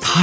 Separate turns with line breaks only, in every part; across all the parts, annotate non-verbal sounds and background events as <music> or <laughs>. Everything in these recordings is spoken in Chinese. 他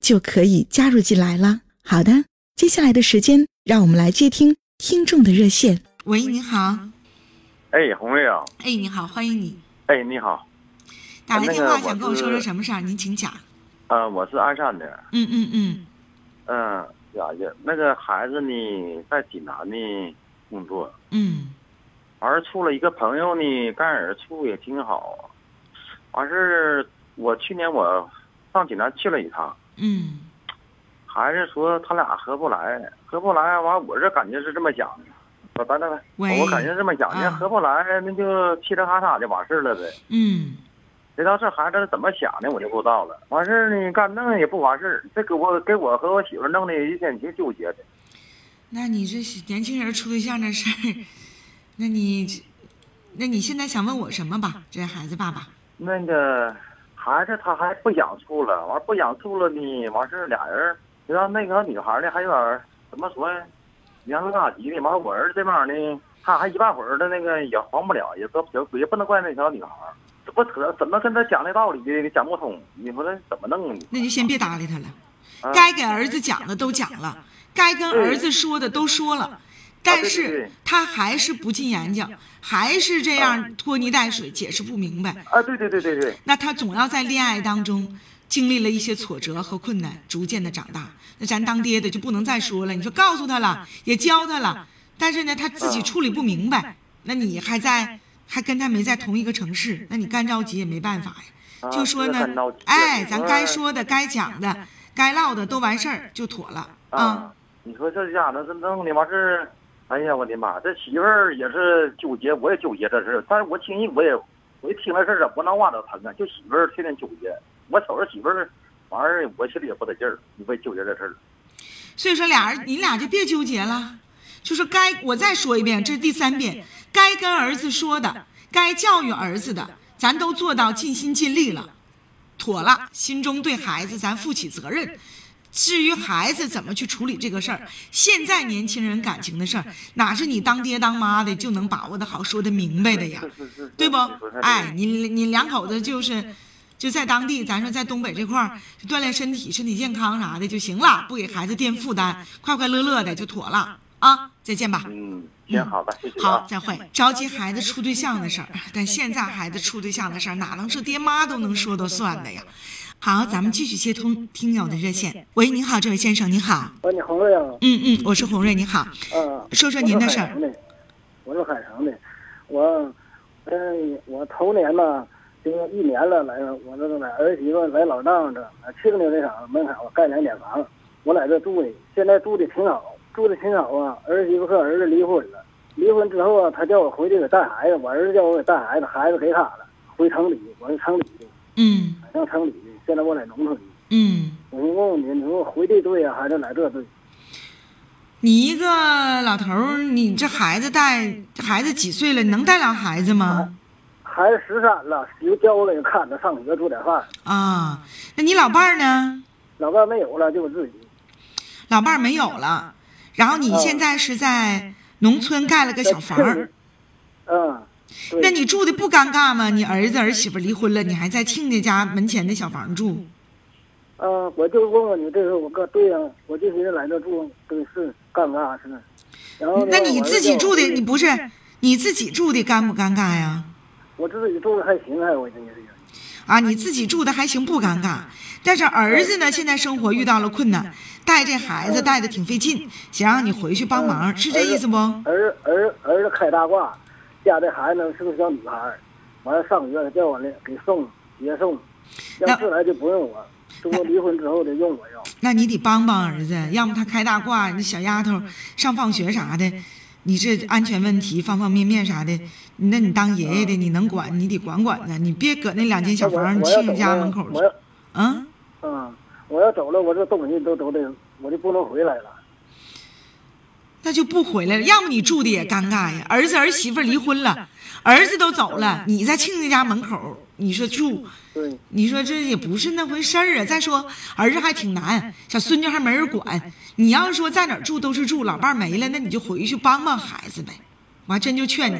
就可以加入进来了。好的，接下来的时间，让我们来接听听众的热线。
喂，您好，
哎，红瑞啊，
哎，你好，欢迎你
哎，你好，
打来
哎那
电
个
话，
我
想跟我说说
是
什么事儿？您请讲。
呃，我是鞍山的，
嗯嗯嗯，
嗯、呀呀，那个孩子呢在济南呢工作，
嗯
完事儿处了一个朋友呢，干儿处也挺好，完事儿我去年我上济南去了一趟，
嗯
孩子说他俩合不来，合不来，完我这感觉是这么想的，我等等
喂
等，我感觉这么想的，
啊
合不来那就嘁哩咔嚓就完事儿了呗。
嗯
谁知道这孩子怎么想的，我就不知道了。完事儿呢，干弄也不完事儿，这给我给我和我媳妇儿弄的一天挺纠结的。
那你这是年轻人处对象这事儿，那你这，那你现在想问我什
<laughs>
么吧？这孩子爸爸，
那个孩子他还不想处了，完不想处了呢，完事儿俩人，你知道那个女孩呢还有点儿怎么说呀，娘了大急的。完我儿子这帮呢，他还一半会儿的那个也黄不了，也都也也不能怪那小女孩儿，这不扯怎么跟他讲这道理的，讲不通。你说这怎么弄呢？
那就先别搭理他了。
啊
该给儿子讲的都讲了，该跟儿子说的都说了，但
嗯啊对对
是
对
他还是不进研究，还是这样拖泥带水，解释不明白。
啊，对对对对对，
那他总要在恋爱当中经历了一些挫折和困难，逐渐的长大。那咱当爹的就不能再说了，你说告诉他了，也教他了，但是呢，他自己嗯处理不明白，那你还在，还跟他没在同一个城市，那你干着急也没办法呀。
啊
就说呢
这个很着急，
哎，
这
咱
个
该说的、该讲的、该唠的都完事儿就妥了啊。，
你说这家伙这弄的完事儿，哎呀，我的妈！这媳妇儿也是纠结，我也纠结这事儿。但是我听一我也，我一听这事儿啊，我脑瓜子疼啊！就媳妇儿天天纠结，我瞅着媳妇儿，完事儿我心里也不得劲儿，你不也纠结这事儿？
所以说俩人，你俩就别纠结了，就是该我再说一遍，这是嗯第三遍，该跟儿子说的，该教育儿子的，咱都做到尽心尽力了，妥了，心中嗯对孩子咱负起责任。至于孩子怎么去处理这个事儿，现在年轻人感情的事儿，哪嗯是你当爹当妈的就能把握的好、说的明白的呀？
是是是，
对不
你说太？
哎，你你两口子就是就在当地，咱说在东北这块儿就锻炼身体、身体健康啥的就行了，不给孩子添负担，快快乐乐的就妥了啊！再见吧。
嗯，行，好的，谢谢
好
啊，。
再会。着急孩子处对象的事儿，但现在孩子处对象的事儿哪能是爹妈都能说得算的呀？好，咱们继续接通听友的热线。喂，您好，这位先生，您好。
喂，你红瑞啊，
嗯嗯，我是洪瑞，你好，
啊，
说说您的事
我是海
儿
城。的，我是海城的，我，嗯、我头年呢，就是一年了，来我这个来儿媳妇来老丈人这，来青牛这厂门口盖两间房，我在这住的，现在住的挺好，住的挺好啊。儿媳妇和儿子离婚了，离婚之后啊，他叫我回去给带孩子，我儿子叫我给带孩子，孩子给他了，回城里，我是城里的，
嗯
海上城里的，现在我在农村的。
嗯。
我就问问你，你说我回这对啊，还是来这对？
你一个老头儿，你这孩子带孩子几岁了？你能带了孩子吗？
孩子十三了，媳妇叫我给他看着，上学做点饭。
啊，那你老伴儿呢？
老伴没有了，就我自己
老伴儿没有了，然后你现在是在农村盖了个小房儿，。
嗯，对
那你住的不尴尬吗？你儿子儿媳妇离婚了，你还在亲家家门前的小房住？
嗯，我就问问你，这个我哥对呀、我就寻思来这住，对是干不干是？然后呢
那你自己住的，
我就
你不是你自己住的尴不尴尬呀？
啊我自己住的还行，还我寻思。
啊，你自己住的还行，不尴尬。但是儿子呢，现在生活遇到了困难，带这孩子带的挺费劲，想让你回去帮忙，是这意思不？
儿儿儿子开大挂，家这孩子呢是个小女孩儿，完了上学叫我呢给送接送，
那
要自来就不用我，中国离婚之后得用我要。
那你得帮帮儿子，要么他开大挂，你小丫头上放学啥的，你这安全问题方方面面啥的，那你当爷爷的你能管，你得管管他，你别搁那两间小
我
房
我要
去
走
人家
了
门口
我
去
要，
嗯。
嗯，我要走了，我这东西都都得，我就不能回来了。
那就不回来了，要么你住的也尴尬呀。儿子儿媳妇儿离婚了，儿子都走了，你在亲家家门口，你说住，
对，
你说这也不是那回事儿啊。再说儿子还挺难，小孙女还没人管。你要是说在哪儿住都是住，老伴儿没了，那你就回去帮帮孩子呗。我还真就劝你，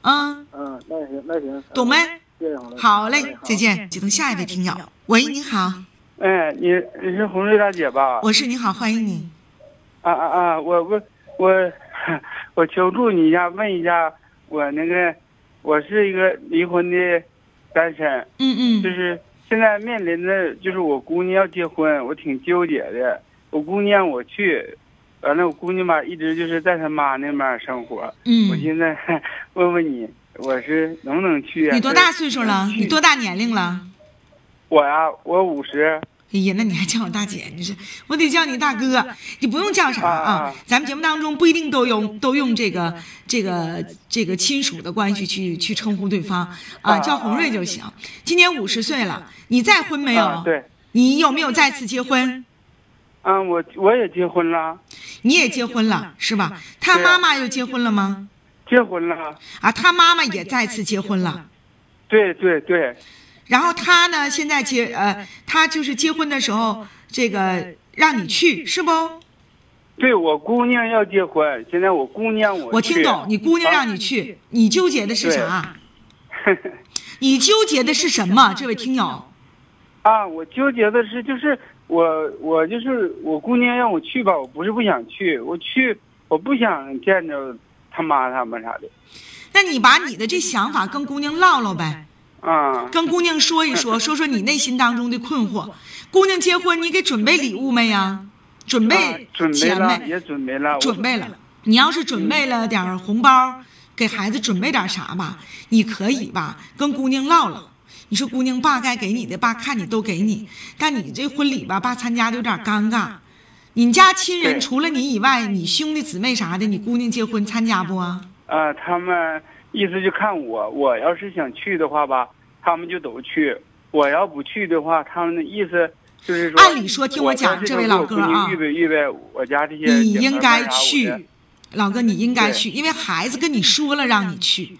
啊，
嗯，那行那行，
懂没？
谢谢红雷
嗯好
哎
嘞，再见。接通下一位听友，喂，你好，
哎，你你是红瑞大姐吧？
我是你好，欢迎你。
啊啊啊！我问我 <laughs> 我求助你一下，问一下我那个我是一个离婚的单身，
嗯
就
嗯
是现在面临的就是我姑娘要结婚，我挺纠结的。我姑娘我去，完了我姑娘吧一直就是在她妈那边生活。我
嗯，
现在问问你，我是能不能去啊？
你多大岁数了？
去
你多大年龄了？
我呀、我五十。
哎呀，那你还叫我大姐？你这我得叫你大哥，你不用叫啥啊
啊。
咱们节目当中不一定都用都用这个这个这个亲属的关系去去称呼对方啊，
啊
叫红瑞就行。今年五十岁了，你再婚没有
啊，？对，
你有没有再次结婚？
嗯，我我也结婚了，
你也结婚了是吧？他
对啊
妈妈又结婚了吗？
结婚了。
啊，他妈妈也再次结婚了。
对对对，
然后他呢，现在结呃，他就是结婚的时候，这个让你去是不？
对我姑娘要结婚，现在我姑娘我
我
去
听懂，你姑娘让你去，你纠结的是啥？你纠结的是什么？这位听友，
<laughs> 啊，我纠结的是，就是我我就是我姑娘让我去吧，我不是不想去，我去我不想见着他妈他们啥的
那你把你的这想法跟姑娘唠唠呗，
啊
跟姑娘说一说，说说你内心当中的困惑。姑娘结婚，你给准备礼物没呀？准
啊
备
准备
钱
了
没？
也准备了，我
准备了。你要是准备了点儿红包，给孩子准备点儿啥吧，你可以吧，跟姑娘唠唠。你说姑娘爸该给你的，爸看你都给你，但你这婚礼吧，爸参加的有点尴尬。你家亲人
对
除了你以外，你兄弟姊妹啥的，你姑娘结婚参加不啊？
啊，他们意思就看我，我要是想去的话吧，他们就都去；我要不去的话，他们的意思就是说，
按理说听我
我
讲
家
这
时候
位
给
老
我
哥
闺女
啊
预备预备，我家这些
你
姐妹
应
儿
该
啥我的
去，老哥，你应该
对
去，因为孩子跟你说了让你去。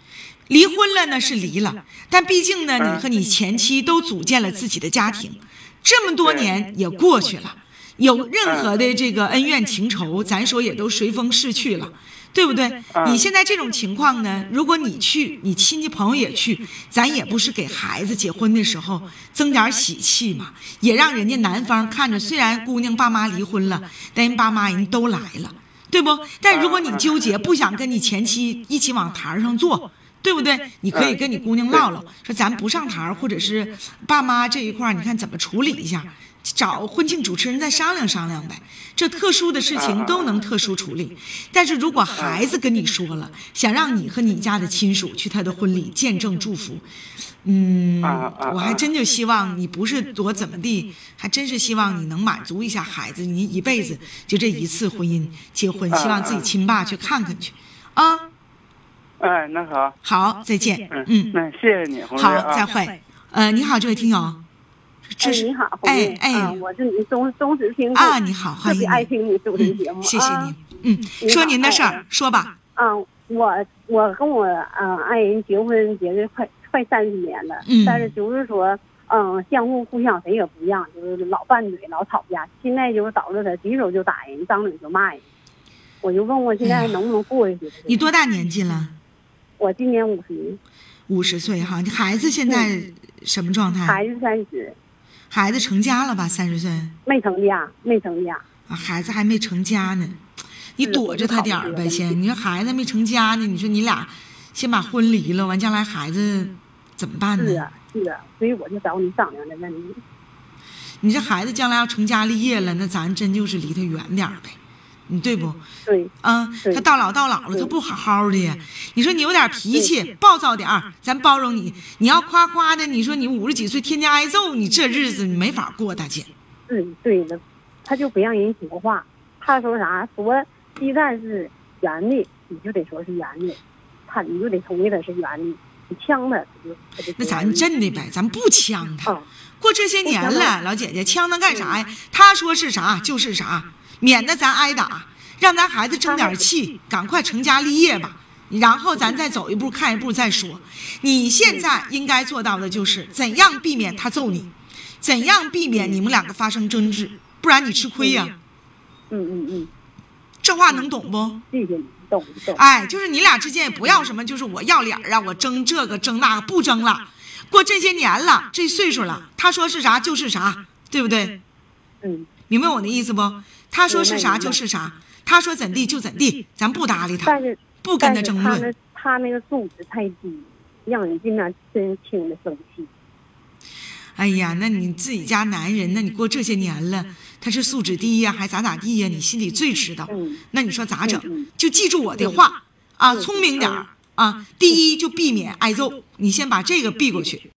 离婚了呢是离了，但毕竟呢，
嗯
你和你前妻都组建了自己的家庭，这么多
对
年也过去了，有任何的这个恩怨情仇，咱说也都随风逝去了。对不对？
嗯
你现在这种情况呢，如果你去，你亲戚朋友也去，咱也不是给孩子结婚的时候增点喜气嘛，也让人家男方看着，虽然姑娘爸妈离婚了，但人爸妈人都来了，对不？但如果你纠结不想跟你前妻一起往台儿上坐。对不对？你可以跟你姑娘唠唠，说咱不上台儿，或者是爸妈这一块儿，你看怎么处理一下，找婚庆主持人再商量商量呗。这特殊的事情都能特殊处理，但是如果孩子跟你说了，想让你和你家的亲属去他的婚礼见证祝福，嗯
啊啊，啊
我还真就希望你不是多怎么地，还真是希望你能满足一下孩子，您一辈子就这一次婚姻结婚，
啊
希望自己亲爸去看看去，啊，
哎，那好，
好，再见，
嗯，
嗯，
那谢谢你，红
好
瑞，啊
再会，呃，你好，这位听友，这
哎，
是
你好，红
哎
梅
哎
啊我是您忠忠实听众
啊，你好，
特
欢迎
别爱
你，
听你主持节目，
嗯，谢谢
啊
你。，嗯，说您的事
哎
儿，说吧，
啊，我我跟我嗯、呃爱人结婚结的快快三十年了，
嗯
但是就是说，嗯、相互互相谁也不让，就是老拌嘴，老吵架。现在就是导致他举手就打人，张嘴就骂人。我就问我现
哎
在
呀
能不能过下去？
你多大年纪了？
我今年五十，
五十岁哈，你孩子现在什么状态？
嗯孩子三十，
孩子成家了吧？三十岁啊，
没成家，没成家。
孩子还没成家呢，你
是
躲着他点
嗯
儿呗，先。你说孩子没成家呢，你说你俩先把婚离了，完将来孩子怎么办
是
呢
啊？去的，所以我就找你商量这问题。
你这孩子将来要成家立业了，那咱真就是离他远点儿呗，你对不？
对，
啊，
对
他到老到老了，
对
他不好好的，你说你有点脾气，暴躁点儿，咱包容你。你要夸夸的，你说你五十几岁天天挨揍，你这日子你没法过，大姐。
对对的，他就不让人说话。他说啥？说鸡蛋是圆的，你就得说是圆的；他你就得同意他是圆的。你呛他，他就他就
那
说
咱
圆的
真的呗，咱不呛他。
啊，
过这些年了，老姐姐，呛他干啥呀？他说是啥就是啥，免得咱挨打，让咱孩子争点气，赶快成家立业吧。然后咱再走一步看一步再说。你现在应该做到的就是怎样避免他揍你，怎样避免你们两个发生争执，不然你吃亏呀、
嗯嗯嗯，
这话能懂不？
谢谢你，懂懂。
哎，就是你俩之间也不要什么，就是我要脸儿啊，我争这个争那个，不争了。过这些年了，这岁数了，他说是啥就是啥，对不对？
嗯，
明白我的意思不？他说是啥就是啥，他说怎地就怎地，咱不搭理他
但，是
不跟
但
他
是
争
他
论
那。他那个素质太低，让人尽量真听着生气。
哎呀，那你自己家男人，那你过这些年了，他是素质低呀，还咋咋地呀？你心里最知道。
嗯
那你说咋整
嗯？
就记住我的嗯啊话啊，聪明点儿啊。第一，就避免挨揍，你先把这个避过去。